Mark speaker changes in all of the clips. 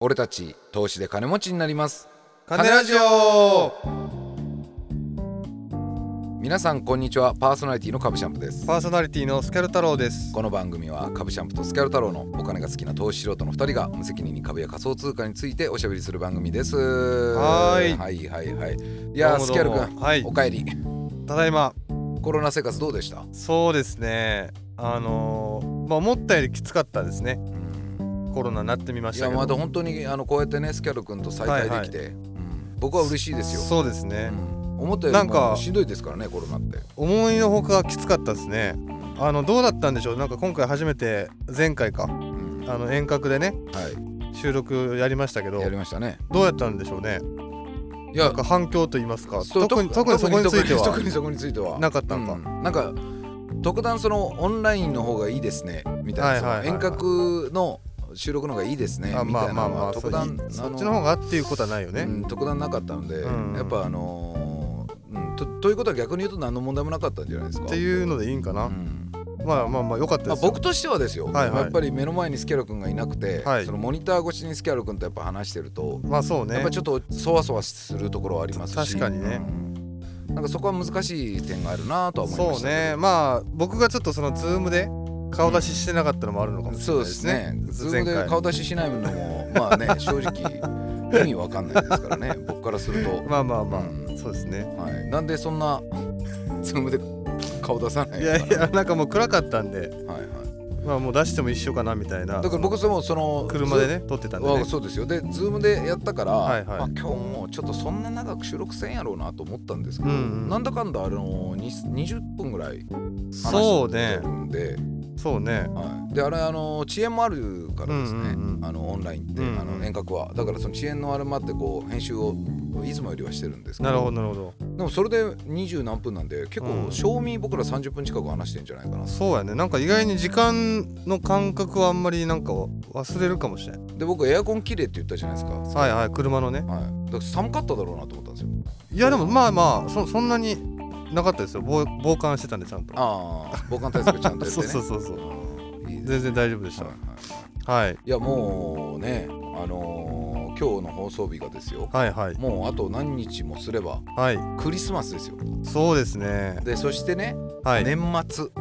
Speaker 1: 俺たち投資で金持ちになります
Speaker 2: 金ラジオ
Speaker 1: 皆さんこんにちはパーソナリティのカブシャンプです
Speaker 2: パーソナリティのスキャル太郎です
Speaker 1: この番組はカブシャンプとスキャル太郎のお金が好きな投資素人の2人が無責任に株や仮想通貨についておしゃべりする番組です
Speaker 2: はーい
Speaker 1: はいはいはいいやー
Speaker 2: どう
Speaker 1: ス
Speaker 2: も
Speaker 1: キャ
Speaker 2: ど
Speaker 1: ル
Speaker 2: うも
Speaker 1: 君、
Speaker 2: はい
Speaker 1: おかえり
Speaker 2: ただいま
Speaker 1: コロナ生活どうでした
Speaker 2: そうですねあのー、まあ思ったよりきつかったですね
Speaker 1: うん
Speaker 2: コロナになってみま
Speaker 1: い
Speaker 2: した
Speaker 1: や
Speaker 2: けど
Speaker 1: まだ本当にあのこうやってねスキャル君と再会できて、うん僕は嬉しいですよ
Speaker 2: そうです
Speaker 1: う
Speaker 2: ね、
Speaker 1: ん思ったよ
Speaker 2: な
Speaker 1: り
Speaker 2: んか
Speaker 1: もしんどいですからねコロナって
Speaker 2: 思いのほかきつかったですねあのどうだったんでしょうなんか今回初めて前回か
Speaker 1: うんは
Speaker 2: あの遠隔でね
Speaker 1: い
Speaker 2: 収録やりましたけど
Speaker 1: やりましたね
Speaker 2: どうやったんでしょうね
Speaker 1: いや
Speaker 2: なんか反響と言いますか
Speaker 1: そう
Speaker 2: 特に特にそこについては
Speaker 1: 特にそこについては
Speaker 2: なかったのか
Speaker 1: うんなんか特段そのオンラインの方がいいですねみたいなそ
Speaker 2: はいはい
Speaker 1: の
Speaker 2: はいは
Speaker 1: 遠
Speaker 2: い
Speaker 1: 隔の収録の方がいいですね
Speaker 2: あ
Speaker 1: み
Speaker 2: ま
Speaker 1: た
Speaker 2: あ
Speaker 1: いな
Speaker 2: まあ
Speaker 1: の
Speaker 2: ま
Speaker 1: は
Speaker 2: あそ
Speaker 1: 特
Speaker 2: う
Speaker 1: 段
Speaker 2: いそ
Speaker 1: あ
Speaker 2: っ
Speaker 1: の
Speaker 2: ちの方がっていうことはないよね、
Speaker 1: うん特段なかったので
Speaker 2: うん
Speaker 1: やっぱあのーうんとということは逆に言うと何の問題もなかったんじゃないですか
Speaker 2: っていうのでいいんかな、
Speaker 1: うん
Speaker 2: まあまあまあ良かった
Speaker 1: ま
Speaker 2: で
Speaker 1: あ、
Speaker 2: すよ、
Speaker 1: 僕としてはですよ、
Speaker 2: はいはい
Speaker 1: やっぱり目の前にスキャロ君がいなくて、
Speaker 2: はい
Speaker 1: そのモニター越しにスキャロ君とやっぱ話してると、
Speaker 2: まあそうね
Speaker 1: やっぱちょっとそわそわするところはありますし
Speaker 2: 確かにね、
Speaker 1: うんなんかそこは難しい点があるなとは思いま
Speaker 2: そう
Speaker 1: した
Speaker 2: ねまあ僕がちょっとそのズームで顔出ししてなかったのもあるのかもしれ
Speaker 1: そう
Speaker 2: ない
Speaker 1: で
Speaker 2: ですすね
Speaker 1: ね。ズー
Speaker 2: 前
Speaker 1: ムで
Speaker 2: 回
Speaker 1: 顔出ししないのも、ま あね、正直意味わかんないですからね、僕からすると。
Speaker 2: まあまあまあ、
Speaker 1: うん
Speaker 2: そうですね
Speaker 1: はい、なんでそんな、ズームで顔出さない
Speaker 2: い
Speaker 1: のか
Speaker 2: や
Speaker 1: な。
Speaker 2: いやなんかもう暗かったんで
Speaker 1: はいはい。
Speaker 2: まあもう出しても一緒かなみたいな
Speaker 1: だから僕その、その、
Speaker 2: 車でね撮ってたんで
Speaker 1: あ
Speaker 2: ね
Speaker 1: そうですよでズームでやったから、
Speaker 2: はいはい
Speaker 1: まあ、今日もちょっとそんな長く収録せんやろうなと思ったんですけど、
Speaker 2: うんうん
Speaker 1: なんだかんだあのに20分ぐらい話
Speaker 2: そう
Speaker 1: して
Speaker 2: ね
Speaker 1: るんで,、
Speaker 2: そうね
Speaker 1: はい、であれあの遅延もあるからですね、
Speaker 2: うんうんうん
Speaker 1: あのオンラインって、
Speaker 2: うんうん
Speaker 1: あの遠隔はだからその遅延のあれもあってこう編集をいつもよりはしてるんですけど
Speaker 2: なるほどなるほど
Speaker 1: でもそれで20何分なんで結
Speaker 2: う
Speaker 1: 構
Speaker 2: ん
Speaker 1: 賞味僕ら30分近く話してんじゃないかな
Speaker 2: そうやねなんか意外に時間の感覚はあんまりなんか忘れるかもしれない
Speaker 1: で僕エアコン綺麗って言ったじゃないですかは
Speaker 2: はいはい車のね
Speaker 1: い、だから寒かっただろうなと思ったんですよ
Speaker 2: いやでもまあまあそそんなになかったですよ防防寒してたんでちゃんと
Speaker 1: ああ防寒対策ちゃんとやって
Speaker 2: そう
Speaker 1: ね
Speaker 2: そうそうそう
Speaker 1: うんいいです
Speaker 2: 全然大丈夫でし
Speaker 1: はいはい
Speaker 2: たはい
Speaker 1: いやもうねあのー今日の放送日がですよ
Speaker 2: はいはい
Speaker 1: もうあと何日もすれば
Speaker 2: はい
Speaker 1: クリスマスですよ
Speaker 2: そうですね
Speaker 1: でそしてね、
Speaker 2: はい
Speaker 1: 年末
Speaker 2: そ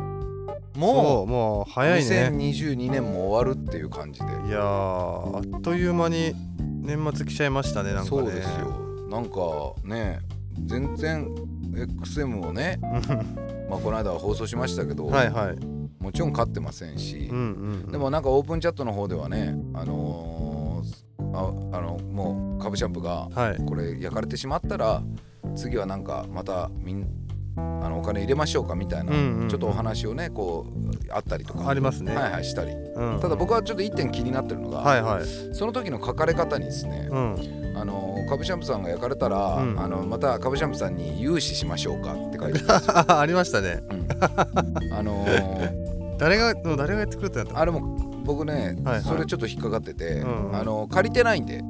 Speaker 1: も
Speaker 2: うもう
Speaker 1: う
Speaker 2: 早いね
Speaker 1: 2022年も終わるっていう感じで、
Speaker 2: いやーあっという間に年末来ちゃいましたねなんかね
Speaker 1: そうですよなんかね全然 XM を ね、まあ、この間は放送しましたけど、
Speaker 2: はいはい
Speaker 1: もちろん勝ってませんし、
Speaker 2: うんうん
Speaker 1: でもなんかオープンチャットの方ではねあのーああのもうカブシャンプが
Speaker 2: はい
Speaker 1: これ焼かれてしまったら次はなんかまたみんあのお金入れましょうかみたいな、
Speaker 2: うんうん
Speaker 1: ちょっとお話をねこうあったりとか
Speaker 2: ありますね
Speaker 1: はいはいしたり
Speaker 2: うん
Speaker 1: ただ僕はちょっと一点気になってるのが、
Speaker 2: はいはい
Speaker 1: その時の書かれ方にですね、
Speaker 2: うん
Speaker 1: あのカブシャンプさんが焼かれたら、
Speaker 2: うん
Speaker 1: あのまたカブシャンプさんに融資しましょうかって書いて た、
Speaker 2: あありましたね
Speaker 1: うんあのー
Speaker 2: 誰がでも誰がやってくれたんだった
Speaker 1: あれも僕ね、
Speaker 2: はいはい
Speaker 1: それちょっと引っかかってて、
Speaker 2: うんうん
Speaker 1: あの借りてないん で、ね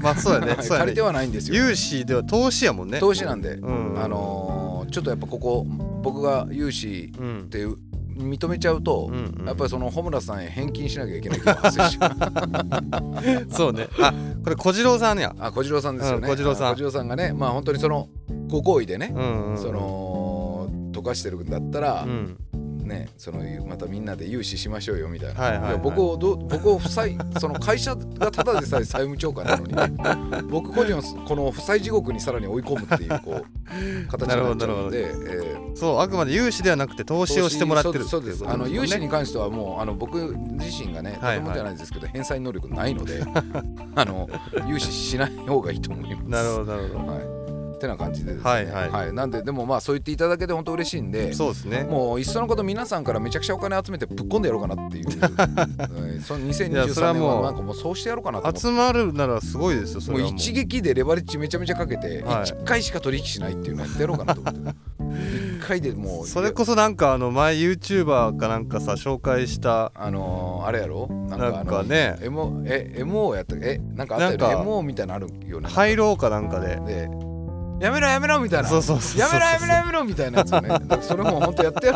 Speaker 2: まあそうやねそうや
Speaker 1: 借
Speaker 2: ね
Speaker 1: りてはないんですよ
Speaker 2: 融資では投資やもんね
Speaker 1: 投資なんで、
Speaker 2: うん
Speaker 1: あのーちょっとやっぱここ僕が融資
Speaker 2: うん
Speaker 1: っていう認めちゃうと、
Speaker 2: うんうん
Speaker 1: やっぱりその穂村さんへ返金しなきゃいけない気が発生しちゃう
Speaker 2: そうねあこれ小次郎さんや
Speaker 1: あ小次郎さんですよね、
Speaker 2: うん小次郎さん
Speaker 1: あ小次郎さんがねまあ本当にそのご好意でね、
Speaker 2: うんうん
Speaker 1: その溶かしてるんだったら
Speaker 2: う、ん
Speaker 1: ねそのまたみんなで融資しましょうよみたいな、
Speaker 2: はいはいはい
Speaker 1: や僕をどう僕を負債その会社がただでさえ債務超過なのに、 ね、僕個人をこの負債地獄にさらに追い込むっていうこう形になっちゃう ので、えー
Speaker 2: そうあくまで融資ではなくて投資をしてもらってる
Speaker 1: そうですそ
Speaker 2: って
Speaker 1: うです
Speaker 2: い
Speaker 1: あの
Speaker 2: こと
Speaker 1: 融
Speaker 2: です
Speaker 1: 資
Speaker 2: もんね
Speaker 1: に関してはもうあの僕自身がねと
Speaker 2: はいはい
Speaker 1: てもじゃないですけど、返済能力ないの であの融資しない方がいいと思います
Speaker 2: なるほどなるほど
Speaker 1: はい、ってな感じでですね
Speaker 2: はいはい
Speaker 1: なんででもまあそう言っていただけて本当嬉しいんで
Speaker 2: そうですね
Speaker 1: もういっそのこと皆さんからめちゃくちゃお金集めてぶっ込んでやろうかなっていう、 うんその
Speaker 2: いやそれ
Speaker 1: 2023
Speaker 2: は
Speaker 1: 年
Speaker 2: も
Speaker 1: は
Speaker 2: う
Speaker 1: なんかもうそうしてやろうかなと思って
Speaker 2: 集まるならすごいですよそ
Speaker 1: も
Speaker 2: れ
Speaker 1: う
Speaker 2: はもう
Speaker 1: 一撃でレバレッジめちゃめちゃかけて、
Speaker 2: はい
Speaker 1: 一回しか取引しないっていうのやってやろうかなと思って一回でもう
Speaker 2: それこそなんかあの前 YouTuber かなんかさ紹介した
Speaker 1: あのー、あれやろなんか
Speaker 2: な
Speaker 1: あ
Speaker 2: ん
Speaker 1: の
Speaker 2: かね
Speaker 1: MO え MO やったっけえなんかあったよね
Speaker 2: なんか
Speaker 1: MO みたいなのあるよね
Speaker 2: 廃炉かなんかで
Speaker 1: でやめろやめろみたいな
Speaker 2: そうそうそうそう
Speaker 1: やめろやめろやめろみたいなやつよねだからそれも本当やってよ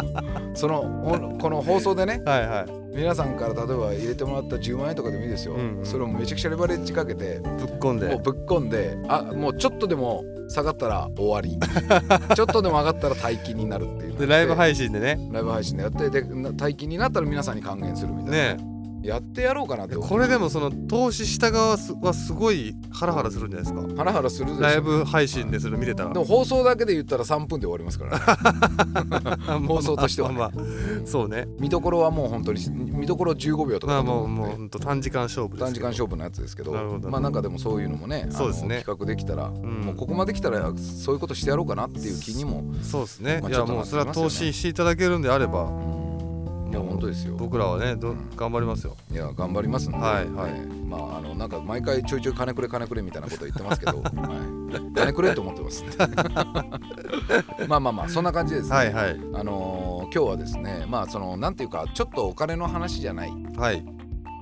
Speaker 1: そのほんこの放送でね
Speaker 2: はいはい
Speaker 1: 皆さんから例えば入れてもらった10万円とかでもいいですよ、
Speaker 2: うんうん
Speaker 1: それをめちゃくちゃレバレッジかけて
Speaker 2: ぶっこん
Speaker 1: もう
Speaker 2: で
Speaker 1: ぶっこんであもうちょっとでも下がったら終わり ちょっとでも上がったら待機になるっていうの
Speaker 2: でライブ
Speaker 1: で
Speaker 2: 配信でね
Speaker 1: ライブ配信でやってでな待機になったら皆さんに還元するみたいな、
Speaker 2: ね
Speaker 1: やってやろうかなって思う
Speaker 2: これでもその投資した側はすはすごいハラハラするんじゃないですか
Speaker 1: ハラハラするでしょ
Speaker 2: ライブ配信でそれ見てた
Speaker 1: で
Speaker 2: ら
Speaker 1: も放送だけで言ったら3分で終わりますからね
Speaker 2: 妄
Speaker 1: 放送としてはね
Speaker 2: まあまあそうね
Speaker 1: 見どころはもう本当に見どころ15秒と
Speaker 2: ま
Speaker 1: か
Speaker 2: あ
Speaker 1: だと
Speaker 2: も
Speaker 1: 思
Speaker 2: うん
Speaker 1: で
Speaker 2: もうほんと短時間勝負です
Speaker 1: 短
Speaker 2: け
Speaker 1: 時
Speaker 2: ど
Speaker 1: 間勝負のやつですけど
Speaker 2: なるほど
Speaker 1: まあなんかでもそういうのもねあの
Speaker 2: そうですね
Speaker 1: 企画できたら、
Speaker 2: ん
Speaker 1: もうここまで来たらそういうことしてやろうかなっていう気にも、
Speaker 2: そうですね、
Speaker 1: まあ
Speaker 2: い
Speaker 1: ちょ
Speaker 2: や
Speaker 1: っと
Speaker 2: もうそれは
Speaker 1: なってま
Speaker 2: 投
Speaker 1: すよね
Speaker 2: 資していただけるんであれば
Speaker 1: うんいや
Speaker 2: もう
Speaker 1: 本当ですよ
Speaker 2: 僕らはねど、
Speaker 1: うん
Speaker 2: 頑張りますよ
Speaker 1: いや頑張りますんで、
Speaker 2: はいはい
Speaker 1: ええまああのなんか毎回ちょいちょい金くれ金くれみたいなこと言ってますけ ど、はい、金くれと思ってます、 まあまあまあそんな感じですね、
Speaker 2: はいはい
Speaker 1: あのー今日はですねまあそのなんていうかちょっとお金の話じゃない
Speaker 2: はい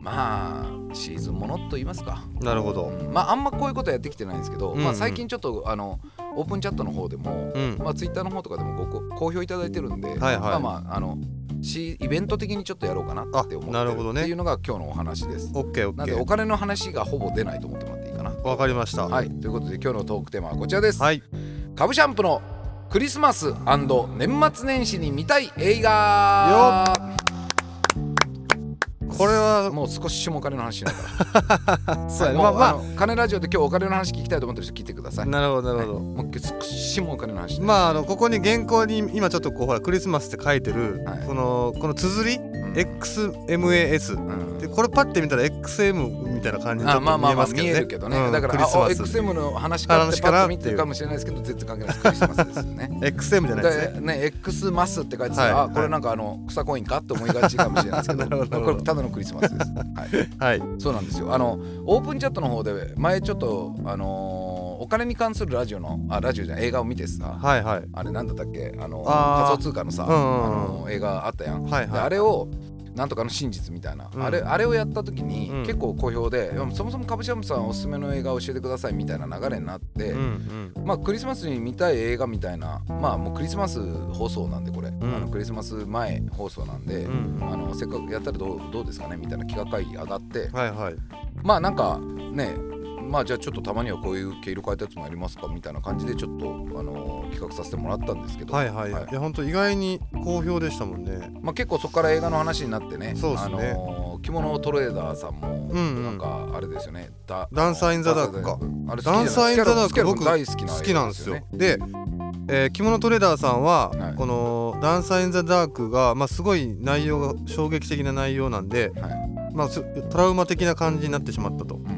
Speaker 1: まあシーズンものと言いますか、
Speaker 2: なるほど
Speaker 1: うんまああんまこういうことやってきてないんですけど、
Speaker 2: うんうん
Speaker 1: まあ、最近ちょっとあのオープンチャットの方でも、
Speaker 2: うん
Speaker 1: まあ、ツイッターの方とかでもごこ好評いただいてるんで、
Speaker 2: はいはい
Speaker 1: まあまああのしイベント的にちょっとやろうかなって思って
Speaker 2: あなるほどね
Speaker 1: っていうのが今日のお話です。
Speaker 2: オッケーオ
Speaker 1: なん
Speaker 2: ッ
Speaker 1: で
Speaker 2: ケ
Speaker 1: お
Speaker 2: ー
Speaker 1: 金の話がほぼ出ないと思ってもらっていいかな。
Speaker 2: わかりました
Speaker 1: はい、ということで今日のトークテーマはこちらです。
Speaker 2: はい
Speaker 1: 株シャンプのクリスマス年末年始に見たい映画
Speaker 2: これは
Speaker 1: もう少しもお金の話しないから
Speaker 2: そうやね
Speaker 1: もう
Speaker 2: まあまあ
Speaker 1: の金ラジオで今日お金の話聞きたいと思ってる人聞いてください
Speaker 2: なるほどなるほど、
Speaker 1: もう少しもお金の話しない、
Speaker 2: まああのここに原稿に今ちょっとこうほらクリスマスって書いてる、
Speaker 1: はい
Speaker 2: このこの綴り、
Speaker 1: うん、
Speaker 2: XMAS
Speaker 1: うん
Speaker 2: でこれパッて見たら XM みたいな感じにち
Speaker 1: あ
Speaker 2: ょっ
Speaker 1: まあ
Speaker 2: と
Speaker 1: まあ
Speaker 2: 見え
Speaker 1: ま
Speaker 2: ま
Speaker 1: あ
Speaker 2: すけど
Speaker 1: 見
Speaker 2: ね,、
Speaker 1: えるけどねだから
Speaker 2: クリス
Speaker 1: あ
Speaker 2: マ
Speaker 1: あ
Speaker 2: スっていう
Speaker 1: XM の話かって
Speaker 2: 話
Speaker 1: パ
Speaker 2: か
Speaker 1: ッ
Speaker 2: な
Speaker 1: と見てるかもしれないですけど全然関係ないですクリスマスですよね
Speaker 2: XM じゃないです
Speaker 1: で
Speaker 2: ね
Speaker 1: ね、X マスって書いてたら、
Speaker 2: はい
Speaker 1: あこれなんかあの草コインかって思いがちかもしれないですけど
Speaker 2: なるほどなるほど
Speaker 1: これただのクリスマスです、はい、
Speaker 2: はい
Speaker 1: そうなんですよあのオープンチャットの方で前ちょっとあのーお金に関するラジオのあラジオじゃない映画を見てさ
Speaker 2: はいはい
Speaker 1: あれなんだったっけあの
Speaker 2: あー
Speaker 1: 仮想通貨のさ、
Speaker 2: うんうん
Speaker 1: あ
Speaker 2: うん
Speaker 1: の映画あったやん、
Speaker 2: はい
Speaker 1: で
Speaker 2: はい
Speaker 1: あれをなんとかの真実みたいな、
Speaker 2: うん
Speaker 1: あれあれをやった時に、
Speaker 2: うん
Speaker 1: 結構好評でいやそもそも株シャムさんおすすめの映画を教えてくださいみたいな流れになって、
Speaker 2: うん
Speaker 1: まあクリスマスに見たい映画みたいなまあもうクリスマス放送なんでこれ、
Speaker 2: ん
Speaker 1: あのクリスマス前放送なんで、
Speaker 2: うんうん
Speaker 1: あのせっかくやったらどうどうですかねみたいな企画会議上がって
Speaker 2: はいはい
Speaker 1: まあなんかねまあじゃあちょっとたまにはこういう毛色変えたやつもやりますかみたいな感じでちょっと、あの企画させてもらったんですけど、
Speaker 2: はいはい、い、や本当意外に好評でしたもんね
Speaker 1: まあ、結構そこから映画の話になってね
Speaker 2: そうっすね
Speaker 1: あのー着物トレーダーさんも
Speaker 2: うんうん
Speaker 1: なんかあれですよね、ダ
Speaker 2: ダンサーインザダークか
Speaker 1: あれ好きじゃ
Speaker 2: ダ
Speaker 1: ない
Speaker 2: ンサーインザダー
Speaker 1: スキャ
Speaker 2: ク
Speaker 1: ロル
Speaker 2: 僕
Speaker 1: スキャロル大好きな
Speaker 2: 好きなんですよ。で、えー着物トレーダーさんは、
Speaker 1: はい
Speaker 2: このダンサーインザダークがまあすごい内容が衝撃的な内容なんで、
Speaker 1: はい
Speaker 2: まあすトラウマ的な感じになってしまったと。
Speaker 1: うん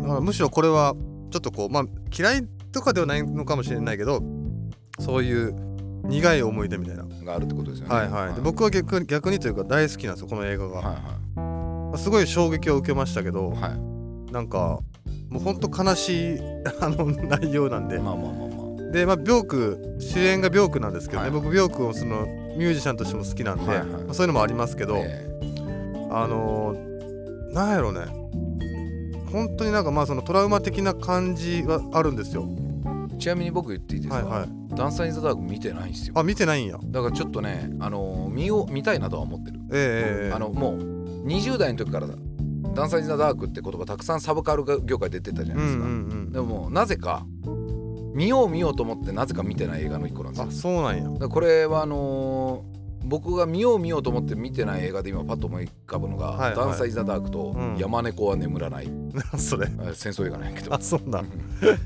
Speaker 2: だからむしろこれはちょっとこうまあ嫌いとかではないのかもしれないけど、そういう苦い思い出みたいな。
Speaker 1: があるってことですよね。
Speaker 2: はいはい。で僕は逆に逆にというか大好きなんですよこの映画が。
Speaker 1: は
Speaker 2: まあすごい衝撃を受けましたけど、
Speaker 1: いはいは
Speaker 2: なんかもうほんと悲しい あの内容なんで
Speaker 1: い。まあまあまあま
Speaker 2: で、まあ、ビョーク主演がビョークなんですけどね、
Speaker 1: はい
Speaker 2: 僕ビョークをそのミュージシャンとしても好きなんで、
Speaker 1: はいはい
Speaker 2: まあそういうのもありますけど、
Speaker 1: あ。え
Speaker 2: あのーなんやろね本当になんかまあそのトラウマ的な感じはあるんですよ。
Speaker 1: えちなみに僕言っていいです
Speaker 2: はい
Speaker 1: か、
Speaker 2: はい、
Speaker 1: ダンサーインザダーク見てないんですよ。
Speaker 2: あ見てないんや。
Speaker 1: だからちょっとね、あのー見よう見たいなとは思ってる。
Speaker 2: ええええええ
Speaker 1: あのもう20代の時からだダンサーインザダークって言葉たくさんサブカル業界出てたじゃ
Speaker 2: う
Speaker 1: なんいで
Speaker 2: う
Speaker 1: すか。
Speaker 2: ん
Speaker 1: でもなぜか見よう見ようと思ってなぜか見てない映画の一個なんです
Speaker 2: う
Speaker 1: よ
Speaker 2: ん。あ
Speaker 1: だか
Speaker 2: そうなんや。
Speaker 1: らこれはあのー僕が見よう見ようと思って見てない映画で今パッと思い浮かぶのが「
Speaker 2: はいはい
Speaker 1: ダンサー・イズ・ザ・ダーク」と
Speaker 2: う
Speaker 1: 「
Speaker 2: ん
Speaker 1: 山猫は眠らない」
Speaker 2: な それ。
Speaker 1: あ戦争映画なんやけど
Speaker 2: あそうなん。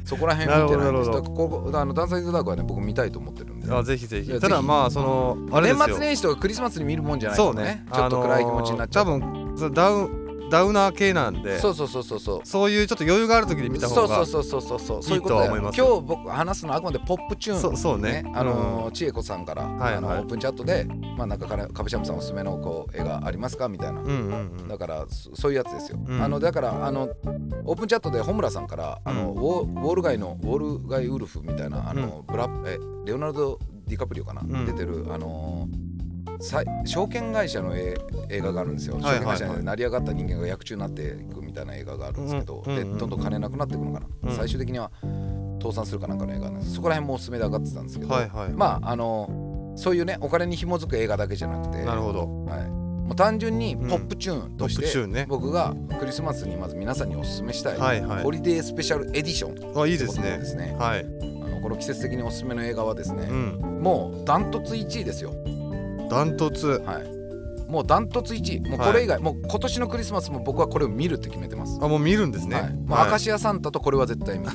Speaker 1: そこら辺見てな
Speaker 2: ない
Speaker 1: ん
Speaker 2: る
Speaker 1: で
Speaker 2: ほ
Speaker 1: す
Speaker 2: ど
Speaker 1: だ
Speaker 2: な
Speaker 1: か
Speaker 2: る
Speaker 1: らここあの「ダンサー・イズ・ザ・ダーク」はね僕見たいと思ってるんで
Speaker 2: あぜひぜ
Speaker 1: い
Speaker 2: ひ。
Speaker 1: や
Speaker 2: た
Speaker 1: ぜ
Speaker 2: だ
Speaker 1: ひ
Speaker 2: まあそのあれで
Speaker 1: 年
Speaker 2: すよ。
Speaker 1: 末年始とかクリスマスに見るもんじゃない
Speaker 2: そ
Speaker 1: か
Speaker 2: う
Speaker 1: ら
Speaker 2: ね
Speaker 1: ね。ちょっと暗い気持ちになっちゃう、
Speaker 2: あのー多分そのダウンダウナー系なんで。
Speaker 1: そうそうそうそうそう
Speaker 2: そういうちょっと余裕がある時に見た
Speaker 1: そう
Speaker 2: 方
Speaker 1: そ
Speaker 2: が
Speaker 1: うそうそうそうそうそういうこと
Speaker 2: いい
Speaker 1: だ
Speaker 2: と
Speaker 1: よ
Speaker 2: は思い
Speaker 1: 今
Speaker 2: ます
Speaker 1: 日僕話すのはあくまでポップチューン
Speaker 2: そうそうね
Speaker 1: あのー千恵子さんから、
Speaker 2: はい
Speaker 1: あの
Speaker 2: はい
Speaker 1: オープンチャットで「まあ、なんか彼カブシャムさんおすすめのこう映画ありますか?」みたいな、
Speaker 2: うんうんうん
Speaker 1: だからそそういうやつですよ、
Speaker 2: うん
Speaker 1: あのだからあのオープンチャットで本村さんから「あの
Speaker 2: う
Speaker 1: ウォーウォール街のウォール街ウルフ」みたいなあの、ブラえレオナルド・ディカプリオかな、
Speaker 2: ん
Speaker 1: 出てるあのーさい証券会社のえ映画があるんですよ、
Speaker 2: いはいはい
Speaker 1: 証券会社で成り上がった人間が役中になっていくみたいな映画があるんですけど、
Speaker 2: うんうんうん
Speaker 1: でどんどん金なくなっていくのかな、
Speaker 2: うん
Speaker 1: 最終的には倒産するかなんかの映画なんですそこら辺もおすすめで上がってたんですけど、
Speaker 2: はいはい
Speaker 1: まああのそういうねお金に紐づく映画だけじゃなくて
Speaker 2: なるほど
Speaker 1: はい、もう単純にポップチューン
Speaker 2: ポ
Speaker 1: と
Speaker 2: ッ
Speaker 1: し
Speaker 2: プチ
Speaker 1: て、
Speaker 2: ューンね
Speaker 1: 僕がクリスマスにまず皆さんにお勧めしたい、
Speaker 2: はいはい
Speaker 1: ホリデースペシャルエディション
Speaker 2: あいい
Speaker 1: とい
Speaker 2: で
Speaker 1: うこ
Speaker 2: す
Speaker 1: となん
Speaker 2: ね
Speaker 1: ですね
Speaker 2: はい
Speaker 1: あのこの季節的におすすめの映画はです
Speaker 2: う
Speaker 1: ね、
Speaker 2: ん
Speaker 1: もうダントツ1位ですよ
Speaker 2: ダントツ
Speaker 1: はいもうダントツ1位もうこれ以外、もう今年のクリスマスも僕はこれを見るって決めてます、
Speaker 2: あもう見るんですね
Speaker 1: はいまあアカシアサンタとこれは絶対見る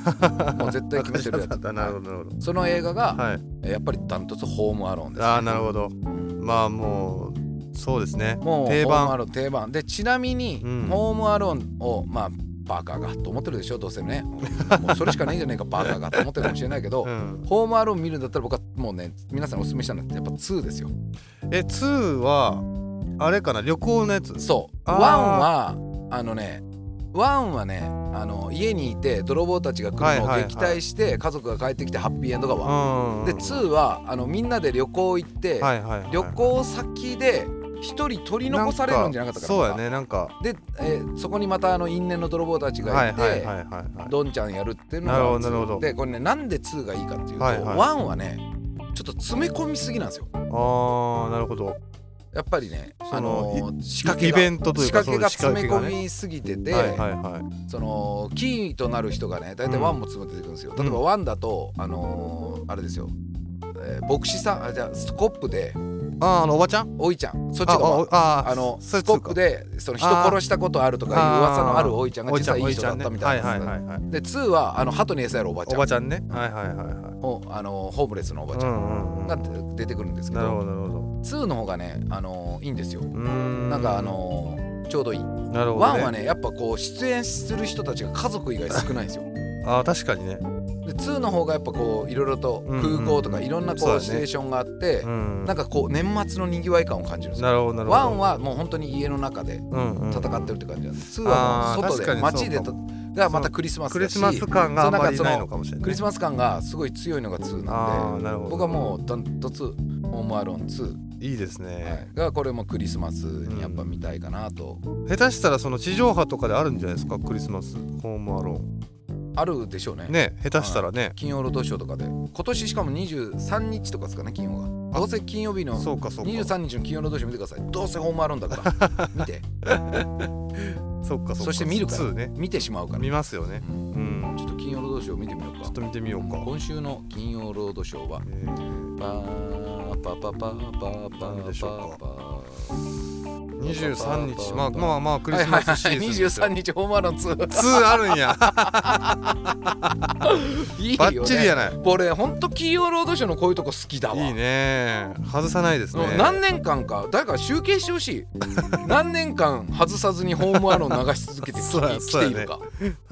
Speaker 1: もう絶対決めてるや
Speaker 2: だ なるほ
Speaker 1: つ
Speaker 2: どなるほ
Speaker 1: その映画が、
Speaker 2: どはい
Speaker 1: えやっぱりダントツホームアローンです、ね、
Speaker 2: あーなるほどまあもうそうですね
Speaker 1: もう
Speaker 2: 定
Speaker 1: ホ
Speaker 2: 番
Speaker 1: ームアローン定番でちなみに、
Speaker 2: うん
Speaker 1: ホームアローンをまあバカがと思ってるでしょどうせね もうそれしかないんじゃないかバカがと思ってるかもしれないけど、
Speaker 2: うん
Speaker 1: ホームアローン見るんだったら僕はもうね皆さんにおすすめしたのってやっぱ2ですよ
Speaker 2: え2はあれかな旅行のやつ
Speaker 1: そう1
Speaker 2: あ
Speaker 1: はあのね1はねあの家にいて泥棒たちが来るのを
Speaker 2: はいはいはい
Speaker 1: 撃退して、家族が帰ってきてハッピーエンドが1、
Speaker 2: うん
Speaker 1: で2はあのみんなで旅行行って、
Speaker 2: はいはいはい
Speaker 1: 旅行先で一人取り残されるんじゃなかったかな
Speaker 2: そうやねなんか
Speaker 1: で、えーそこにまたあの因縁の泥棒たち
Speaker 2: は
Speaker 1: が
Speaker 2: い
Speaker 1: いて、
Speaker 2: はいはいはいはい
Speaker 1: ドンちゃんやるっていうの
Speaker 2: なるほ
Speaker 1: が
Speaker 2: どなるほど
Speaker 1: でこれねなんで2がいいかっていうと、
Speaker 2: はいはい
Speaker 1: 1はねちょっと詰め込みすぎなんですよ
Speaker 2: ああなるほど
Speaker 1: やっぱりね
Speaker 2: そ
Speaker 1: あ
Speaker 2: の
Speaker 1: の仕掛け
Speaker 2: イ
Speaker 1: が
Speaker 2: ベントというか
Speaker 1: 仕掛けが
Speaker 2: その
Speaker 1: 詰
Speaker 2: 仕
Speaker 1: め
Speaker 2: 掛けがね
Speaker 1: 込みすぎてて、
Speaker 2: はいはいはい
Speaker 1: そのキーとなる人がね大体1も詰めてくるんですよ、例えば1だとあのーあれですよ、えー牧師さんあじゃあスコップで
Speaker 2: あーあのおばちゃん
Speaker 1: おいちゃんそっち
Speaker 2: あ
Speaker 1: が1
Speaker 2: あ
Speaker 1: あの
Speaker 2: それ
Speaker 1: ス
Speaker 2: つうか
Speaker 1: コップでその人殺したことあるとかいう噂のあるおいちゃんが
Speaker 2: おい
Speaker 1: 実
Speaker 2: ちゃ
Speaker 1: 際
Speaker 2: ん
Speaker 1: い
Speaker 2: お
Speaker 1: い
Speaker 2: い
Speaker 1: 人
Speaker 2: ち
Speaker 1: だ
Speaker 2: ゃ
Speaker 1: っ
Speaker 2: ん
Speaker 1: た
Speaker 2: ね
Speaker 1: みたいな
Speaker 2: は
Speaker 1: や
Speaker 2: い
Speaker 1: つ
Speaker 2: はいはいはい
Speaker 1: で2はあの鳩に餌やるおばち
Speaker 2: お
Speaker 1: ゃん
Speaker 2: ばちゃんねはいはいはいはい
Speaker 1: ほあのホームレスのおばちゃん
Speaker 2: んうんうん
Speaker 1: が出てくるんですけ
Speaker 2: なる
Speaker 1: ど
Speaker 2: ほどなるほど
Speaker 1: 2の方がねあのいいんですよ
Speaker 2: うーん
Speaker 1: なんかあのちょうどいい1
Speaker 2: なるほどね
Speaker 1: はねやっぱこう出演する人たちが家族以外少ないんですよ
Speaker 2: あー確かにね
Speaker 1: で2の方がやっぱこういろいろと空港とかいろんな
Speaker 2: そう
Speaker 1: こ
Speaker 2: だ
Speaker 1: う
Speaker 2: ね
Speaker 1: ステーションがあって
Speaker 2: うん
Speaker 1: なんかこう年末のにぎわい感を感じるんですよ
Speaker 2: なるほどなるほど
Speaker 1: 1はもう本当に家の中で
Speaker 2: うんうん
Speaker 1: 戦ってるって感じなんです2は
Speaker 2: あ
Speaker 1: も
Speaker 2: ー
Speaker 1: う
Speaker 2: 確
Speaker 1: 外
Speaker 2: か
Speaker 1: で
Speaker 2: に
Speaker 1: 街で
Speaker 2: そ
Speaker 1: と
Speaker 2: う
Speaker 1: がまたクリスマス
Speaker 2: ク
Speaker 1: だ
Speaker 2: リ
Speaker 1: し
Speaker 2: スマス感があんまり
Speaker 1: そう
Speaker 2: な
Speaker 1: な
Speaker 2: い
Speaker 1: ん
Speaker 2: の
Speaker 1: か
Speaker 2: かもしれ
Speaker 1: そ
Speaker 2: な
Speaker 1: の
Speaker 2: い
Speaker 1: クリスマス感がすごい強いのが2
Speaker 2: あ
Speaker 1: なん
Speaker 2: あ
Speaker 1: で
Speaker 2: なるほど
Speaker 1: 僕はもうダントツホームアローン2、
Speaker 2: いいですね、
Speaker 1: はいがこれもクリスマスにやっぱ見たいかなと、
Speaker 2: 下手したらその地上波とかであるんじゃないですかクリスマスホームアロ
Speaker 1: あるでしょうね
Speaker 2: ーンね下手したらね
Speaker 1: 金曜ロードショーとかで今年しかも23日とかですかね金曜が
Speaker 2: あ
Speaker 1: どうせ金曜日の
Speaker 2: そうかそうか
Speaker 1: 23日の金曜ロードショー見てくださいどうせホームアローンだから 見て
Speaker 2: そうかそうか
Speaker 1: そして見るから
Speaker 2: 普通ね
Speaker 1: 見てしまうから、
Speaker 2: 見ますよね
Speaker 1: うん
Speaker 2: うん
Speaker 1: ちょっと金曜ロードショー見てみようか
Speaker 2: ちょっと見てみようか、
Speaker 1: 今週の金曜ロードショーは
Speaker 2: えー
Speaker 1: パーパパパパパ
Speaker 2: 何でしょう
Speaker 1: パ
Speaker 2: 23日まあまあまあクリスマスシーズンですよ
Speaker 1: 23日ホームアローン2
Speaker 2: 2 あるんや
Speaker 1: いいよ、
Speaker 2: バ
Speaker 1: ね、
Speaker 2: ッチリやない
Speaker 1: 俺ほんと金曜ロードショーのこういうとこ好きだわ
Speaker 2: いいね外さないですね
Speaker 1: 何年間か誰か集計してほしい何年間外さずにホームアローン流し続けてき
Speaker 2: そうや
Speaker 1: きているか、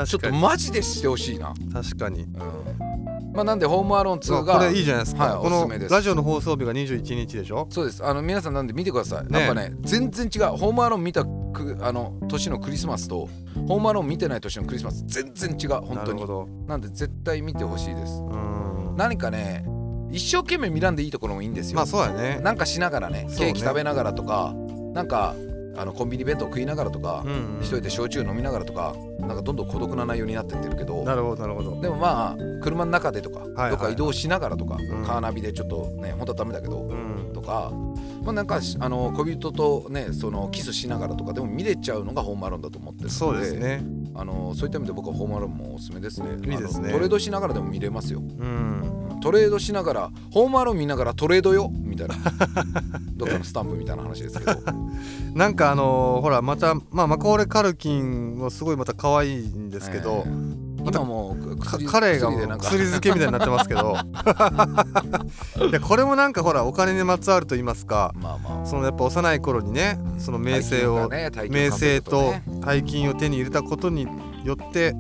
Speaker 1: ちょ
Speaker 2: 確
Speaker 1: っ
Speaker 2: か
Speaker 1: と
Speaker 2: に
Speaker 1: マジでしてほしいな、
Speaker 2: 確か
Speaker 1: う
Speaker 2: に
Speaker 1: んまあなんでホームアローン2が
Speaker 2: これいいじゃないですか、
Speaker 1: はい
Speaker 2: こ
Speaker 1: おすす
Speaker 2: の
Speaker 1: めです
Speaker 2: ラジオの放送日が21日でしょ
Speaker 1: そうですあの皆さんなんで見てください、
Speaker 2: ね
Speaker 1: やっぱね全然違うホームアローン見たくあの年のクリスマスとホームアローン見てない年のクリスマス全然違う本
Speaker 2: な
Speaker 1: 当
Speaker 2: るほ
Speaker 1: に
Speaker 2: ど
Speaker 1: なんで絶対見てほしいです
Speaker 2: うん
Speaker 1: 何かね一生懸命見らんでいいところもいいんですよ、
Speaker 2: まあそうやね
Speaker 1: なんかしながらね
Speaker 2: そう
Speaker 1: ケ
Speaker 2: ね
Speaker 1: ーキ食べながらとか、なんかあのコンビニ弁当食いながらとか、
Speaker 2: うん
Speaker 1: 一人で焼酎飲みながらとかなんかどんどん孤独な内容になってってるけど
Speaker 2: なるほどなるほど
Speaker 1: でもまあ車の中でとか、
Speaker 2: はい
Speaker 1: どっか移動しながらとか、
Speaker 2: ん
Speaker 1: カーナビでちょっとね本当はダメだけど、
Speaker 2: うん
Speaker 1: とか、まあ、なんかしあの恋人とねそのキスしながらとかでも見れちゃうのがホームアローンだと思ってるので
Speaker 2: そうですね
Speaker 1: あのそういった意味で僕はホームアローンもおすすめですね
Speaker 2: いいですね
Speaker 1: あのトレードしながらでも見れますよ
Speaker 2: うん
Speaker 1: トレードしながらホームアローン見ながらトレードよみたいなどっかのスタンプみたいな話ですけど
Speaker 2: なんかあのーほらまたまあマコーレ・カルキンはすごいまた可愛いんですけど
Speaker 1: え、え
Speaker 2: また
Speaker 1: 今もう
Speaker 2: か
Speaker 1: 薬
Speaker 2: 彼
Speaker 1: 薬
Speaker 2: がも
Speaker 1: で
Speaker 2: う
Speaker 1: なんか
Speaker 2: 薬漬けみたいになってますけど いやこれもなんかほらお金にまつわると言いますか
Speaker 1: まあまあ
Speaker 2: そのやっぱ幼い頃にねその名声を、名声と大金を手に入れたことによって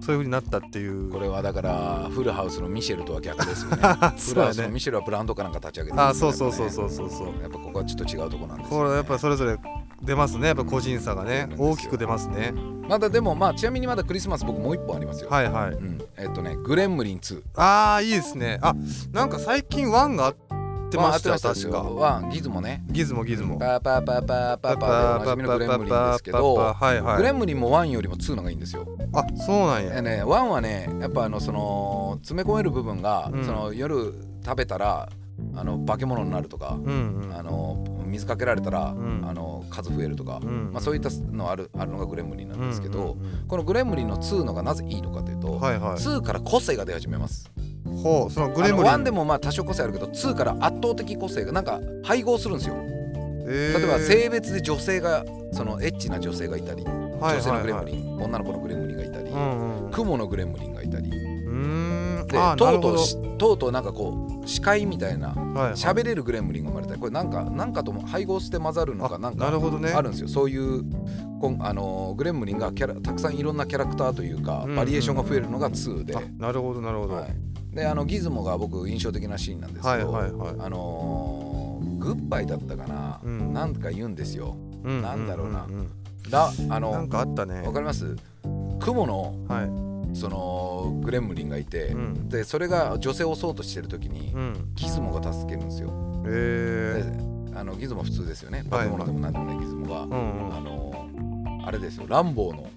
Speaker 2: そういう風になったっていう
Speaker 1: これはだからフルハウスのミシェルとは逆ですよねフ
Speaker 2: そ
Speaker 1: ルハ
Speaker 2: うや
Speaker 1: ウスの
Speaker 2: ね
Speaker 1: ミシェルはブランドかなんか立ち上げて
Speaker 2: あ
Speaker 1: ま
Speaker 2: ー
Speaker 1: す
Speaker 2: そ
Speaker 1: よ
Speaker 2: う
Speaker 1: ね
Speaker 2: そう
Speaker 1: や
Speaker 2: そう
Speaker 1: っぱ
Speaker 2: そうそうそう
Speaker 1: ねやっぱここはちょっと違うとこなんですよね
Speaker 2: これやっぱそれぞれ出ますねやっぱ個人差がね
Speaker 1: うん
Speaker 2: 大きく出ますね
Speaker 1: まだでもまあちなみにまだクリスマス僕もう一本ありますよ、
Speaker 2: はいはい
Speaker 1: うん、えっとねグレムリン2
Speaker 2: あーいいですねあなんか最近ワンがあっってました
Speaker 1: ワン合
Speaker 2: よ
Speaker 1: ってました
Speaker 2: 確か
Speaker 1: ワンギズもね
Speaker 2: ギズモギズモ
Speaker 1: パーパーパーパーパーパーでおなじみのグレムリンですけど
Speaker 2: はいは
Speaker 1: グ
Speaker 2: い
Speaker 1: レムリンもワンよりもツーの方がいいんですよ。
Speaker 2: あそうなんや
Speaker 1: えねワンはねやっぱあのその詰め込める部分が、
Speaker 2: うん
Speaker 1: その夜食べたらあの化け物になるとか、
Speaker 2: うんうん
Speaker 1: あの水かけられたら、
Speaker 2: ん
Speaker 1: あの数増えるとか、
Speaker 2: うん
Speaker 1: まあ、そういったのあるあるのがグレムリンなんですけど、
Speaker 2: うんうん
Speaker 1: このグレムリンの2のがなぜいいのかというと、
Speaker 2: うんはいはい
Speaker 1: 2から個性が出始めます。
Speaker 2: ほうそのグレム
Speaker 1: あ
Speaker 2: リン
Speaker 1: の1でもまあ多少個性あるけど2から圧倒的個性がなんか配合するんですよ。
Speaker 2: 例
Speaker 1: 例えば性別で女性がそのエッチな女性がいたり女性のグレムリン、女の子のグレムリンがいたり、
Speaker 2: うんうん
Speaker 1: 雲のグレムリンがいたり。
Speaker 2: うんうーん
Speaker 1: で
Speaker 2: あな
Speaker 1: と
Speaker 2: る
Speaker 1: う
Speaker 2: ほ
Speaker 1: とう
Speaker 2: ど
Speaker 1: しとうとうなんかこう視界みたいな
Speaker 2: はいはい
Speaker 1: 喋れるグレムリンが生まれたりこれなんかなんかとも配合して混ざるのか
Speaker 2: あ
Speaker 1: なん
Speaker 2: な
Speaker 1: か
Speaker 2: るほどね
Speaker 1: あるんですよそういうこんあのーグレムリンがキャラたくさんいろんなキャラクターというか
Speaker 2: うんうん
Speaker 1: バリエーションが増えるのが2で,、
Speaker 2: あなるほどなるほど、
Speaker 1: はい、であのギズモが僕印象的なシーンなんです
Speaker 2: は
Speaker 1: け
Speaker 2: い
Speaker 1: ど、
Speaker 2: はいはい。
Speaker 1: あのーグッバイだったかな、
Speaker 2: うん
Speaker 1: なんか言うんですよ
Speaker 2: うん
Speaker 1: なんだろうな
Speaker 2: うんん
Speaker 1: だあ
Speaker 2: うんなん
Speaker 1: の
Speaker 2: かあったね。
Speaker 1: わかります雲の
Speaker 2: はい。
Speaker 1: そのグレムリンがいて、
Speaker 2: うん
Speaker 1: でそれが女性を襲おうとしてる時に、
Speaker 2: うん。
Speaker 1: ギズモが助けるんですよ。
Speaker 2: え
Speaker 1: であのギズモ普通ですよね。化
Speaker 2: はい
Speaker 1: け物でもなんでもないギズモが、
Speaker 2: え。うんう
Speaker 1: あ
Speaker 2: ん。
Speaker 1: のあれですよランボーの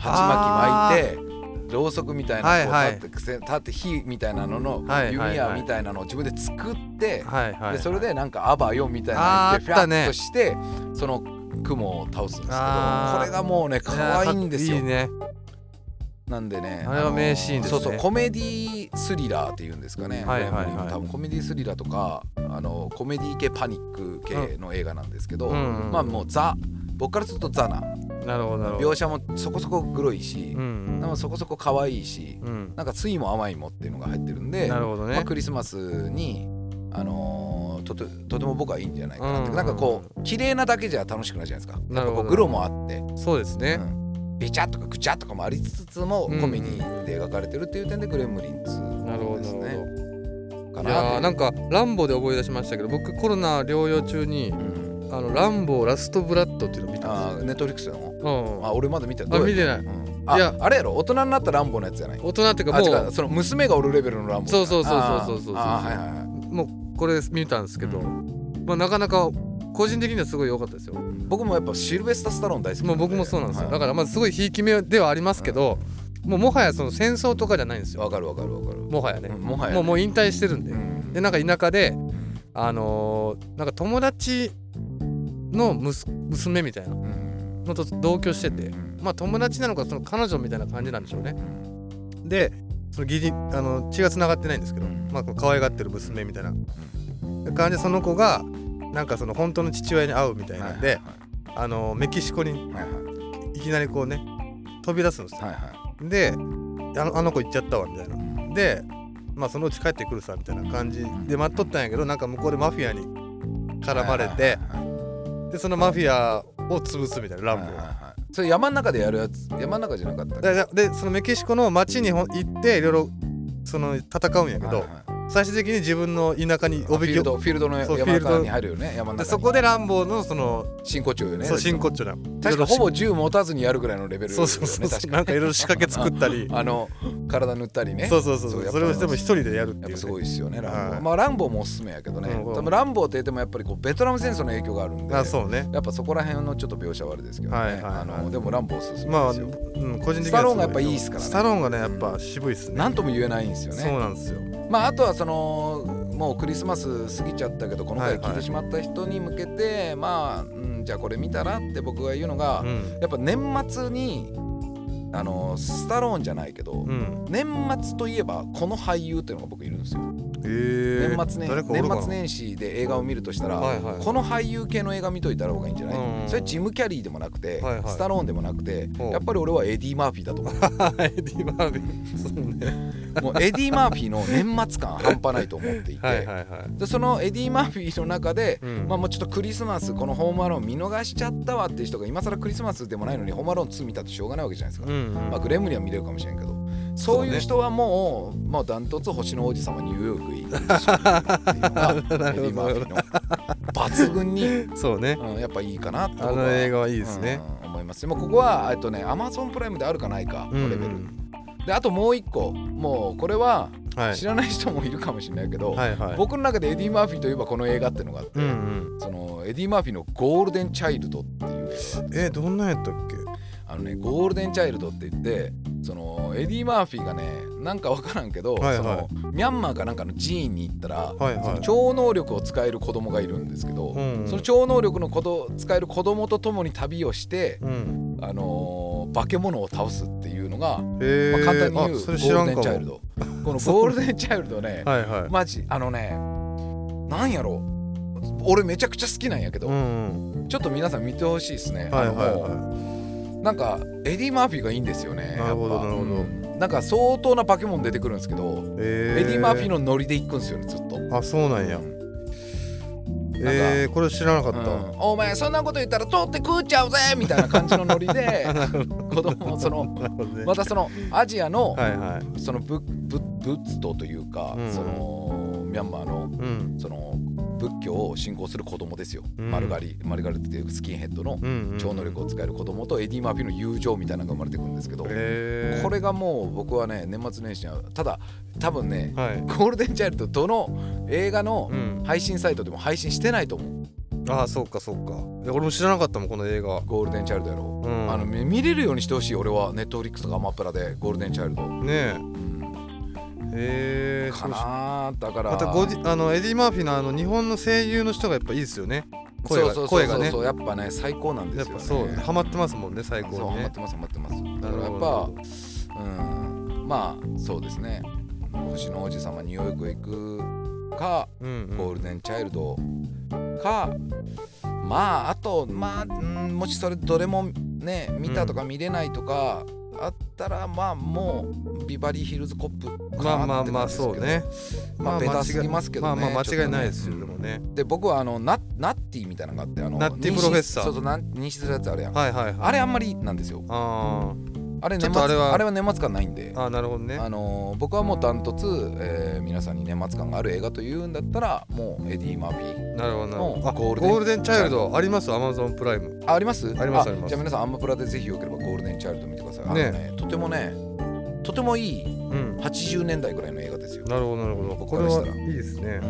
Speaker 1: 鉢巻き巻いてろうそくみたいなのを
Speaker 2: はいはい
Speaker 1: 立って,せ、立って火みたいなのの
Speaker 2: はいはいは
Speaker 1: 弓
Speaker 2: い
Speaker 1: 矢みたいなのを自分で作って、
Speaker 2: はいはい。
Speaker 1: でそれでなんかアバよみたい
Speaker 2: あー
Speaker 1: なの
Speaker 2: あ
Speaker 1: っ
Speaker 2: って
Speaker 1: フ
Speaker 2: た
Speaker 1: ィャ
Speaker 2: ね
Speaker 1: ッとして、その雲を倒すんですけどこ
Speaker 2: あー
Speaker 1: れがもうね可愛いんです
Speaker 2: い
Speaker 1: よ
Speaker 2: や。ね。
Speaker 1: なんでね
Speaker 2: あれは名シーンですね
Speaker 1: そうそうコメディスリラーっていうんですかね、
Speaker 2: はいはいはい
Speaker 1: 多分コメディスリラーとかあのコメディ系パニック系の映画なんですけど、
Speaker 2: うんうん
Speaker 1: まあもうザ僕からするとザな
Speaker 2: なるほどなるほど。
Speaker 1: 描写もそこそこグロいし、
Speaker 2: うん
Speaker 1: なんかそこそこ可愛いし
Speaker 2: うん。うん。
Speaker 1: なんか酸いも甘いもっていうのが入ってるんで
Speaker 2: なるほど
Speaker 1: まあ、
Speaker 2: ね。
Speaker 1: クリスマスに、あのーとてとても僕はいいんじゃないかなって、
Speaker 2: うん
Speaker 1: なんかこう綺麗なだけじゃ楽しくないじゃないですか
Speaker 2: な
Speaker 1: やっ
Speaker 2: るほど
Speaker 1: ぱこうグロもあって
Speaker 2: そうですね。
Speaker 1: うん、べちゃとかぐちゃとかもありつつも、
Speaker 2: うん
Speaker 1: コメディで描かれてるっていう点でグレムリン
Speaker 2: なるほ
Speaker 1: 2
Speaker 2: ど
Speaker 1: です
Speaker 2: なる
Speaker 1: ね。
Speaker 2: ほ
Speaker 1: か
Speaker 2: ど。いやーな
Speaker 1: なん
Speaker 2: かランボで覚え出しましたけど、僕コロナ療養中に
Speaker 1: うん、
Speaker 2: あのランボラストブラッドっていうの見たん
Speaker 1: あ
Speaker 2: です
Speaker 1: ネットフリックスの
Speaker 2: よ。うんうん。
Speaker 1: あ俺まだ見てない
Speaker 2: あ
Speaker 1: どう
Speaker 2: 見
Speaker 1: や
Speaker 2: てない。
Speaker 1: ってうんあ
Speaker 2: いや
Speaker 1: あれやろ大人になったランボのやつじゃない
Speaker 2: 大人っていうか
Speaker 1: あ
Speaker 2: も
Speaker 1: 違
Speaker 2: う
Speaker 1: うその娘がおるレベルのランボ
Speaker 2: そうそうそうそうそうそうそう
Speaker 1: あーあーはいはいはい
Speaker 2: もうこれ見たんですけど、
Speaker 1: う
Speaker 2: まあなかなか個人的にはすごい良かったですよ。
Speaker 1: 僕もやっぱシルベスタ・スタローン大好き
Speaker 2: も
Speaker 1: な
Speaker 2: うん僕もそうなんですよ、
Speaker 1: はい
Speaker 2: だからまあすごいひいき目ではありますけど、もうもはやその戦争とかじゃないんですよ
Speaker 1: わかるわかるわかる
Speaker 2: もはやね、
Speaker 1: うんもはや
Speaker 2: もうもう引退してるんで、
Speaker 1: うん
Speaker 2: でなんか田舎で
Speaker 1: うん
Speaker 2: あのーなんか友達の息娘みたいな
Speaker 1: うん
Speaker 2: のと同居してて、
Speaker 1: うん
Speaker 2: まあ友達なのかその彼女みたいな感じなんでしょうね
Speaker 1: うん
Speaker 2: でその義理あの血がつながってないんですけど、
Speaker 1: うん
Speaker 2: まあこう可愛がってる娘みたいな感じでその子がなんかその本当の父親に会うみたいなんで、
Speaker 1: は
Speaker 2: あのメキシコに
Speaker 1: いはい
Speaker 2: いきなりこうね飛び出すんですよ
Speaker 1: はいはいは
Speaker 2: であのあの子行っちゃったわみたいない
Speaker 1: うん
Speaker 2: でまあそのうち帰ってくるさみたいな感じで待っとったんやけどなんか向こうでマフィアに絡まれて
Speaker 1: はいはいはいはい
Speaker 2: でそのマフィアを潰すみたいなランボ
Speaker 1: はいはい
Speaker 2: ー
Speaker 1: はいそれ山の中でやるやつ山の中じゃなかったっけ
Speaker 2: ででそのメキシコの町にほん行っていろいろその戦うんやけ
Speaker 1: はい
Speaker 2: ど
Speaker 1: はい
Speaker 2: 最終的に自分の田舎にお
Speaker 1: フィー
Speaker 2: びき
Speaker 1: ル
Speaker 2: を
Speaker 1: ドフィールドの
Speaker 2: そう
Speaker 1: 山
Speaker 2: フ
Speaker 1: の
Speaker 2: ィールド
Speaker 1: 中に入るよね山の中に
Speaker 2: でそこでランボーのその
Speaker 1: 真骨頂よね
Speaker 2: そう真
Speaker 1: 確
Speaker 2: 骨頂だ
Speaker 1: かほぼ銃持たずにやるぐらいのレベルだ
Speaker 2: そ
Speaker 1: よ
Speaker 2: う
Speaker 1: ね
Speaker 2: そうそうそう
Speaker 1: 確
Speaker 2: なんかいろいろ仕掛け作った り
Speaker 1: かあの体塗ったりね
Speaker 2: そうそうそう
Speaker 1: そ
Speaker 2: そう
Speaker 1: やっぱ
Speaker 2: うそれをしても一人でやるって
Speaker 1: やっ
Speaker 2: い
Speaker 1: ぱ
Speaker 2: う
Speaker 1: す
Speaker 2: ね
Speaker 1: ごいですよねランボー、
Speaker 2: はい
Speaker 1: まあランボーもおすすめやけどね、
Speaker 2: うん
Speaker 1: 多分ランボーって言ってもやっぱりこうベトナム戦争の影響があるんで
Speaker 2: あそうね
Speaker 1: やっぱそこら辺のちょっと描写はあれですけどね、
Speaker 2: はいはいはい
Speaker 1: あのでもランボーおすすめ
Speaker 2: まあ、
Speaker 1: で
Speaker 2: う
Speaker 1: すよ、
Speaker 2: ん、個人
Speaker 1: ス
Speaker 2: 的には
Speaker 1: タローンがや
Speaker 2: す
Speaker 1: っ
Speaker 2: ご
Speaker 1: ぱいいっすからね
Speaker 2: スタローンがね、やっぱ渋いっすね。
Speaker 1: なんとも言えないんですよね
Speaker 2: そうなんですよ。
Speaker 1: まあ、あとはそのもうクリスマス過ぎちゃったけどこの回聞いてしまった人に向けて、まあ、うん、じゃあこれ見たらって僕が言うのが、
Speaker 2: うん、
Speaker 1: やっぱ年末にあのスタローンじゃないけど、
Speaker 2: うん、
Speaker 1: 年末といえばこの俳優っていうのが僕いるんですよ。
Speaker 2: えー
Speaker 1: 年末年
Speaker 2: 誰かおるかな
Speaker 1: 年末 年始で映画を見るとしたら、
Speaker 2: はいはい
Speaker 1: この俳優系の映画見といた方がいいんじゃない、
Speaker 2: うん
Speaker 1: それジム・キャリーでもなくて、
Speaker 2: はいはい
Speaker 1: スタローンでもなくて
Speaker 2: ほう
Speaker 1: やっぱり俺はエディ・マーフィーだと思
Speaker 2: エディマービー。そうね。
Speaker 1: うもうエディ・マーフィーの年末感半端ないと思っていて。
Speaker 2: はいはいはい。
Speaker 1: でそのエディ・マーフィーの中で、
Speaker 2: うん
Speaker 1: まあ、もうちょっとクリスマスこのホームアローン見逃しちゃったわっていう人が今更クリスマスでもないのにホームアローン2見たってしょうがないわけじゃないですか、
Speaker 2: うん、うん
Speaker 1: まあ、グレムリンは見れるかもしれんけどそういう人はもうもうダントツ星の王子様ニューヨークへ行くでしょうっていう のがエディ・マーフィーの抜群に、
Speaker 2: そうね。
Speaker 1: うん、やっぱいいかなって
Speaker 2: あ
Speaker 1: 僕
Speaker 2: の
Speaker 1: は
Speaker 2: 映画はいいですね。
Speaker 1: うん思いますでもここはえっとねアマゾンプライムであるかないか
Speaker 2: う
Speaker 1: の
Speaker 2: ん
Speaker 1: レベル、であともう一個もうこれは
Speaker 2: はい
Speaker 1: 知らない人もいるかもしれないけど、
Speaker 2: はいはい
Speaker 1: 僕の中でエディ・マーフィーといえばこの映画ってのがあって、
Speaker 2: うん
Speaker 1: そのエディ・マーフィーの「ゴールデン・チャイルド」っていう映画が
Speaker 2: うんえどんなんやったっけ
Speaker 1: あのねゴールデン・チャイルドって言ってそのエディ・マーフィーがねなんか分からんけど、
Speaker 2: はいはい
Speaker 1: そのミャンマーかなんかの寺院に行ったら、
Speaker 2: はいはい
Speaker 1: 超能力を使える子供がいるんですけど、
Speaker 2: うんうん
Speaker 1: その超能力のこと使える子供と共に旅をして、
Speaker 2: うん
Speaker 1: あのー化け物を倒すっていうのが、
Speaker 2: え
Speaker 1: まあ、
Speaker 2: ー
Speaker 1: 簡単に言う
Speaker 2: あ
Speaker 1: ゴ
Speaker 2: それ知ら
Speaker 1: ールデ
Speaker 2: んか
Speaker 1: ンチャイル
Speaker 2: も
Speaker 1: ドこのゴールデンチャイルドね
Speaker 2: はいはい
Speaker 1: マジあのねなんやろ俺めちゃくちゃ好きなんやけど、
Speaker 2: うんうん
Speaker 1: ちょっと皆さん見てほしいですね、
Speaker 2: はい
Speaker 1: あ
Speaker 2: はい
Speaker 1: のも
Speaker 2: は
Speaker 1: うなんかエディ・マーフィーがいいんですよね
Speaker 2: なるほど
Speaker 1: やっぱ
Speaker 2: なるほど
Speaker 1: うんなんか相当な化け物出てくるんですけど、
Speaker 2: いえ
Speaker 1: エディ・マーフィー
Speaker 2: の
Speaker 1: のノリで行くんですよねずっと。
Speaker 2: あそうなんや
Speaker 1: うん
Speaker 2: えーこれ知らなかった
Speaker 1: うんお前そんなこと言ったら取って食っちゃうぜみたいな感じのノリ で子供をその
Speaker 2: なるほどね
Speaker 1: またそのアジアの
Speaker 2: はいはい
Speaker 1: その仏仏仏徒というか、
Speaker 2: うん
Speaker 1: そのミャンマーの
Speaker 2: うん
Speaker 1: その仏教を信仰する子供ですよ、
Speaker 2: うん
Speaker 1: マルガリマルガリっていうスキンヘッドの
Speaker 2: うんうん
Speaker 1: 超能力を使える子供とエディ・マーフィーの友情みたいなのが生まれてくるんですけど、
Speaker 2: えー
Speaker 1: これがもう僕はね年末年始にはただ多分ね
Speaker 2: はい
Speaker 1: ゴールデンチャイルドどの映画の
Speaker 2: うん
Speaker 1: 配信サイトでも配信してないと思う
Speaker 2: ああそうかそうかいや俺も知らなかったもんこの映画
Speaker 1: ゴールデンチャイルドやろ
Speaker 2: うん
Speaker 1: あのみ見れるようにしてほしい俺はネットフリックスとかアマプラでゴールデンチャイルド、
Speaker 2: ねえ
Speaker 1: うん
Speaker 2: えー、
Speaker 1: かなーだから
Speaker 2: またゴジあのエディ・マーフィーのあの日本の声優の人がやっぱいいですよね声が
Speaker 1: そうそう
Speaker 2: 声
Speaker 1: そう
Speaker 2: が
Speaker 1: そう
Speaker 2: ね
Speaker 1: やっぱね最高なんで
Speaker 2: やっ
Speaker 1: すよ
Speaker 2: ぱ
Speaker 1: ね
Speaker 2: そうハマってますもんね最
Speaker 1: そうハ
Speaker 2: 高に
Speaker 1: マっ
Speaker 2: ね
Speaker 1: てますハマってますだ
Speaker 2: な
Speaker 1: か
Speaker 2: る
Speaker 1: らや
Speaker 2: ほ
Speaker 1: っ
Speaker 2: ど
Speaker 1: ぱうんまあそうですね星の王子様ニューヨークへ行くか
Speaker 2: うんうん
Speaker 1: ゴールデンチャイルドか、まああとまあうんもしそれどれもね見たとか見れないとか、あったらまあもうビバリーヒルズコップか
Speaker 2: まあま
Speaker 1: な
Speaker 2: あ
Speaker 1: って感
Speaker 2: まあ
Speaker 1: じです
Speaker 2: そう
Speaker 1: けど
Speaker 2: ね
Speaker 1: まあベタすぎますけどね
Speaker 2: まあまあ間違いないですよ、
Speaker 1: ちょ
Speaker 2: で
Speaker 1: っと
Speaker 2: も
Speaker 1: ね
Speaker 2: ね
Speaker 1: うんで僕はあのナナッティみたいなのがあってあの
Speaker 2: ナッティプロフェッサー
Speaker 1: 妊娠そうそうな妊娠するやつあるやん、
Speaker 2: はいはいはい
Speaker 1: あれあんまりなんですよ
Speaker 2: あ
Speaker 1: あれ
Speaker 2: ちょ
Speaker 1: 年
Speaker 2: っ
Speaker 1: 末
Speaker 2: と
Speaker 1: あ
Speaker 2: あ
Speaker 1: れ
Speaker 2: れ
Speaker 1: は
Speaker 2: は
Speaker 1: 年末感ないんで
Speaker 2: ーあーなるほどね
Speaker 1: あのー僕はもうダントツ、えー皆さんに年末感がある映画というんだったらもうエディ・マーフィー
Speaker 2: なるほどなるほ
Speaker 1: の
Speaker 2: どあ
Speaker 1: ゴー
Speaker 2: ゴ
Speaker 1: ルデン
Speaker 2: ールデンチャイルドありますアマゾンプライム
Speaker 1: ああります
Speaker 2: ありますあります
Speaker 1: じゃあ皆さんアンマプラでぜひよければゴールデンチャイルド見てくださいあのね
Speaker 2: ね
Speaker 1: とてもねとてもいい
Speaker 2: うん
Speaker 1: 80年代ぐらいの映画ですよ、
Speaker 2: なるほどなるほど
Speaker 1: 僕
Speaker 2: こ
Speaker 1: か
Speaker 2: れ
Speaker 1: らした
Speaker 2: は
Speaker 1: ら
Speaker 2: いいですね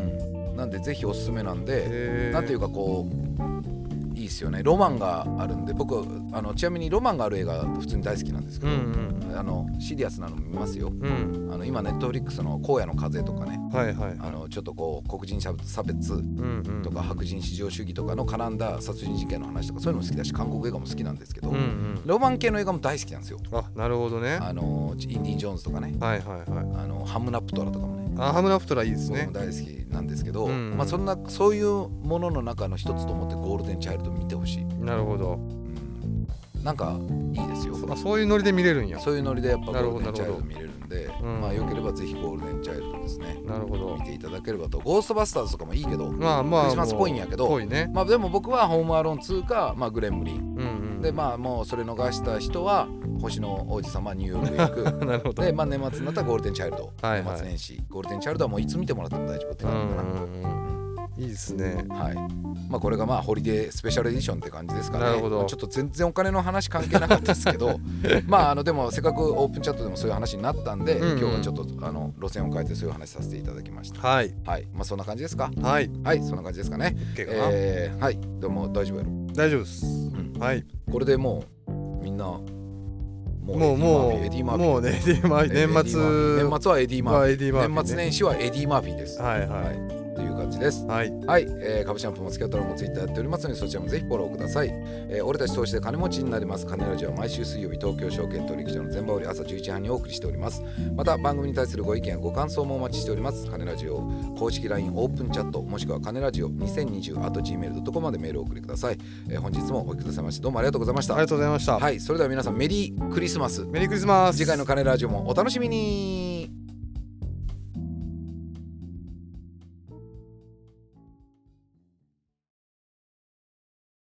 Speaker 1: うん、なんでぜひおすすめなんで、
Speaker 2: えー
Speaker 1: なんていうかこういいっすよねロマンがあるんで僕あのちなみにロマンがある映画普通に大好きなんですけ
Speaker 2: う
Speaker 1: ど、
Speaker 2: ん
Speaker 1: あのシリアスなの見ますよ
Speaker 2: うんうん
Speaker 1: あの今ネットフリックスの「荒野の風」とかね
Speaker 2: はいはい
Speaker 1: あのちょっとこう黒人差別
Speaker 2: うんうん
Speaker 1: とか白人至上主義とかの絡んだ殺人事件の話とかそういうのも好きだし韓国映画も好きなんですけど、
Speaker 2: うんうん
Speaker 1: ロマン系の映画も大好きなんですよ。
Speaker 2: あなるほどね
Speaker 1: あのインディ・ジョーンズとかね
Speaker 2: はいはいはい
Speaker 1: あのハムナプトラとかもね
Speaker 2: あハムラプトラいいです
Speaker 1: 僕
Speaker 2: ね
Speaker 1: も大好きなんですけど、
Speaker 2: うん
Speaker 1: まあ、そんなそういうものの中の一つと思ってゴールデンチャイルド見てほしい。
Speaker 2: なるほど
Speaker 1: うんなんかいいですよ。
Speaker 2: あそういうノリで見れるんや
Speaker 1: そういうノリでやっぱゴ
Speaker 2: なる
Speaker 1: ー
Speaker 2: ほ
Speaker 1: ルデ
Speaker 2: ど
Speaker 1: ンチャイルド見れるんで、
Speaker 2: どうん
Speaker 1: まあよければぜひゴールデンチャイルドですね。
Speaker 2: なるほど
Speaker 1: 見ていただければと。ゴーストバスターズとかもいいけど、
Speaker 2: まあまあ
Speaker 1: クリスマスっぽいんやけど
Speaker 2: ぽいね
Speaker 1: まあでも僕はホームアローン2か、まあ、グレムリン。
Speaker 2: うんうん
Speaker 1: でまあもうそれ逃した人は星の王子様ニューヨークへ 行く。
Speaker 2: なるほど
Speaker 1: でまあ年末になったらゴールデンチャイルド。
Speaker 2: はいはい
Speaker 1: 年末年始。ゴールデンチャイルドはもういつ見てもらっても大丈夫って
Speaker 2: うんう
Speaker 1: 感じかな。
Speaker 2: んうんいいですね
Speaker 1: はいまあ、これがまあホリデースペシャルエディションって感じですかね
Speaker 2: なるほど
Speaker 1: ちょっと全然お金の話関係なかったですけ どまああのでもせっかくオープンチャットでもそういう話になったんで、
Speaker 2: うんうん
Speaker 1: 今日はちょっとあの路線を変えてそういう話させていただきました
Speaker 2: はい
Speaker 1: はいまあそんな感じですか
Speaker 2: はい
Speaker 1: はいそんな感じですかね
Speaker 2: OK かな
Speaker 1: えー、はいでも大丈夫やろ
Speaker 2: 大丈夫です
Speaker 1: ん
Speaker 2: はい
Speaker 1: これでもうみんなもう
Speaker 2: もうもう
Speaker 1: エディマーフィー
Speaker 2: もうねエディマーフィー年
Speaker 1: エディマーフィー
Speaker 2: 末
Speaker 1: 年末はエディマー
Speaker 2: は
Speaker 1: フィ
Speaker 2: エディマ
Speaker 1: ー
Speaker 2: ーフィーね
Speaker 1: 年末年始はエディマーフィーです
Speaker 2: はいはい
Speaker 1: という感じです
Speaker 2: はい
Speaker 1: はい、えー、株シャンプーもつけたらもツイッターやっておりますのでそちらもぜひフォローください、えー俺たち投資で金持ちになります金ラジオは毎週水曜日東京証券取引所の全場より朝11時半にお送りしておりますまた番組に対するご意見やご感想もお待ちしております金ラジオ公式 LINE オープンチャットもしくは金ラジオ2020 at gmail.com までメールをお送りください、えー本日もお聞きくださいましてどうもありがとうございました
Speaker 2: ありがとうございました
Speaker 1: はいそれでは皆さんメリークリスマス
Speaker 2: メリークリスマス
Speaker 1: 次回の金ラジオもお楽しみに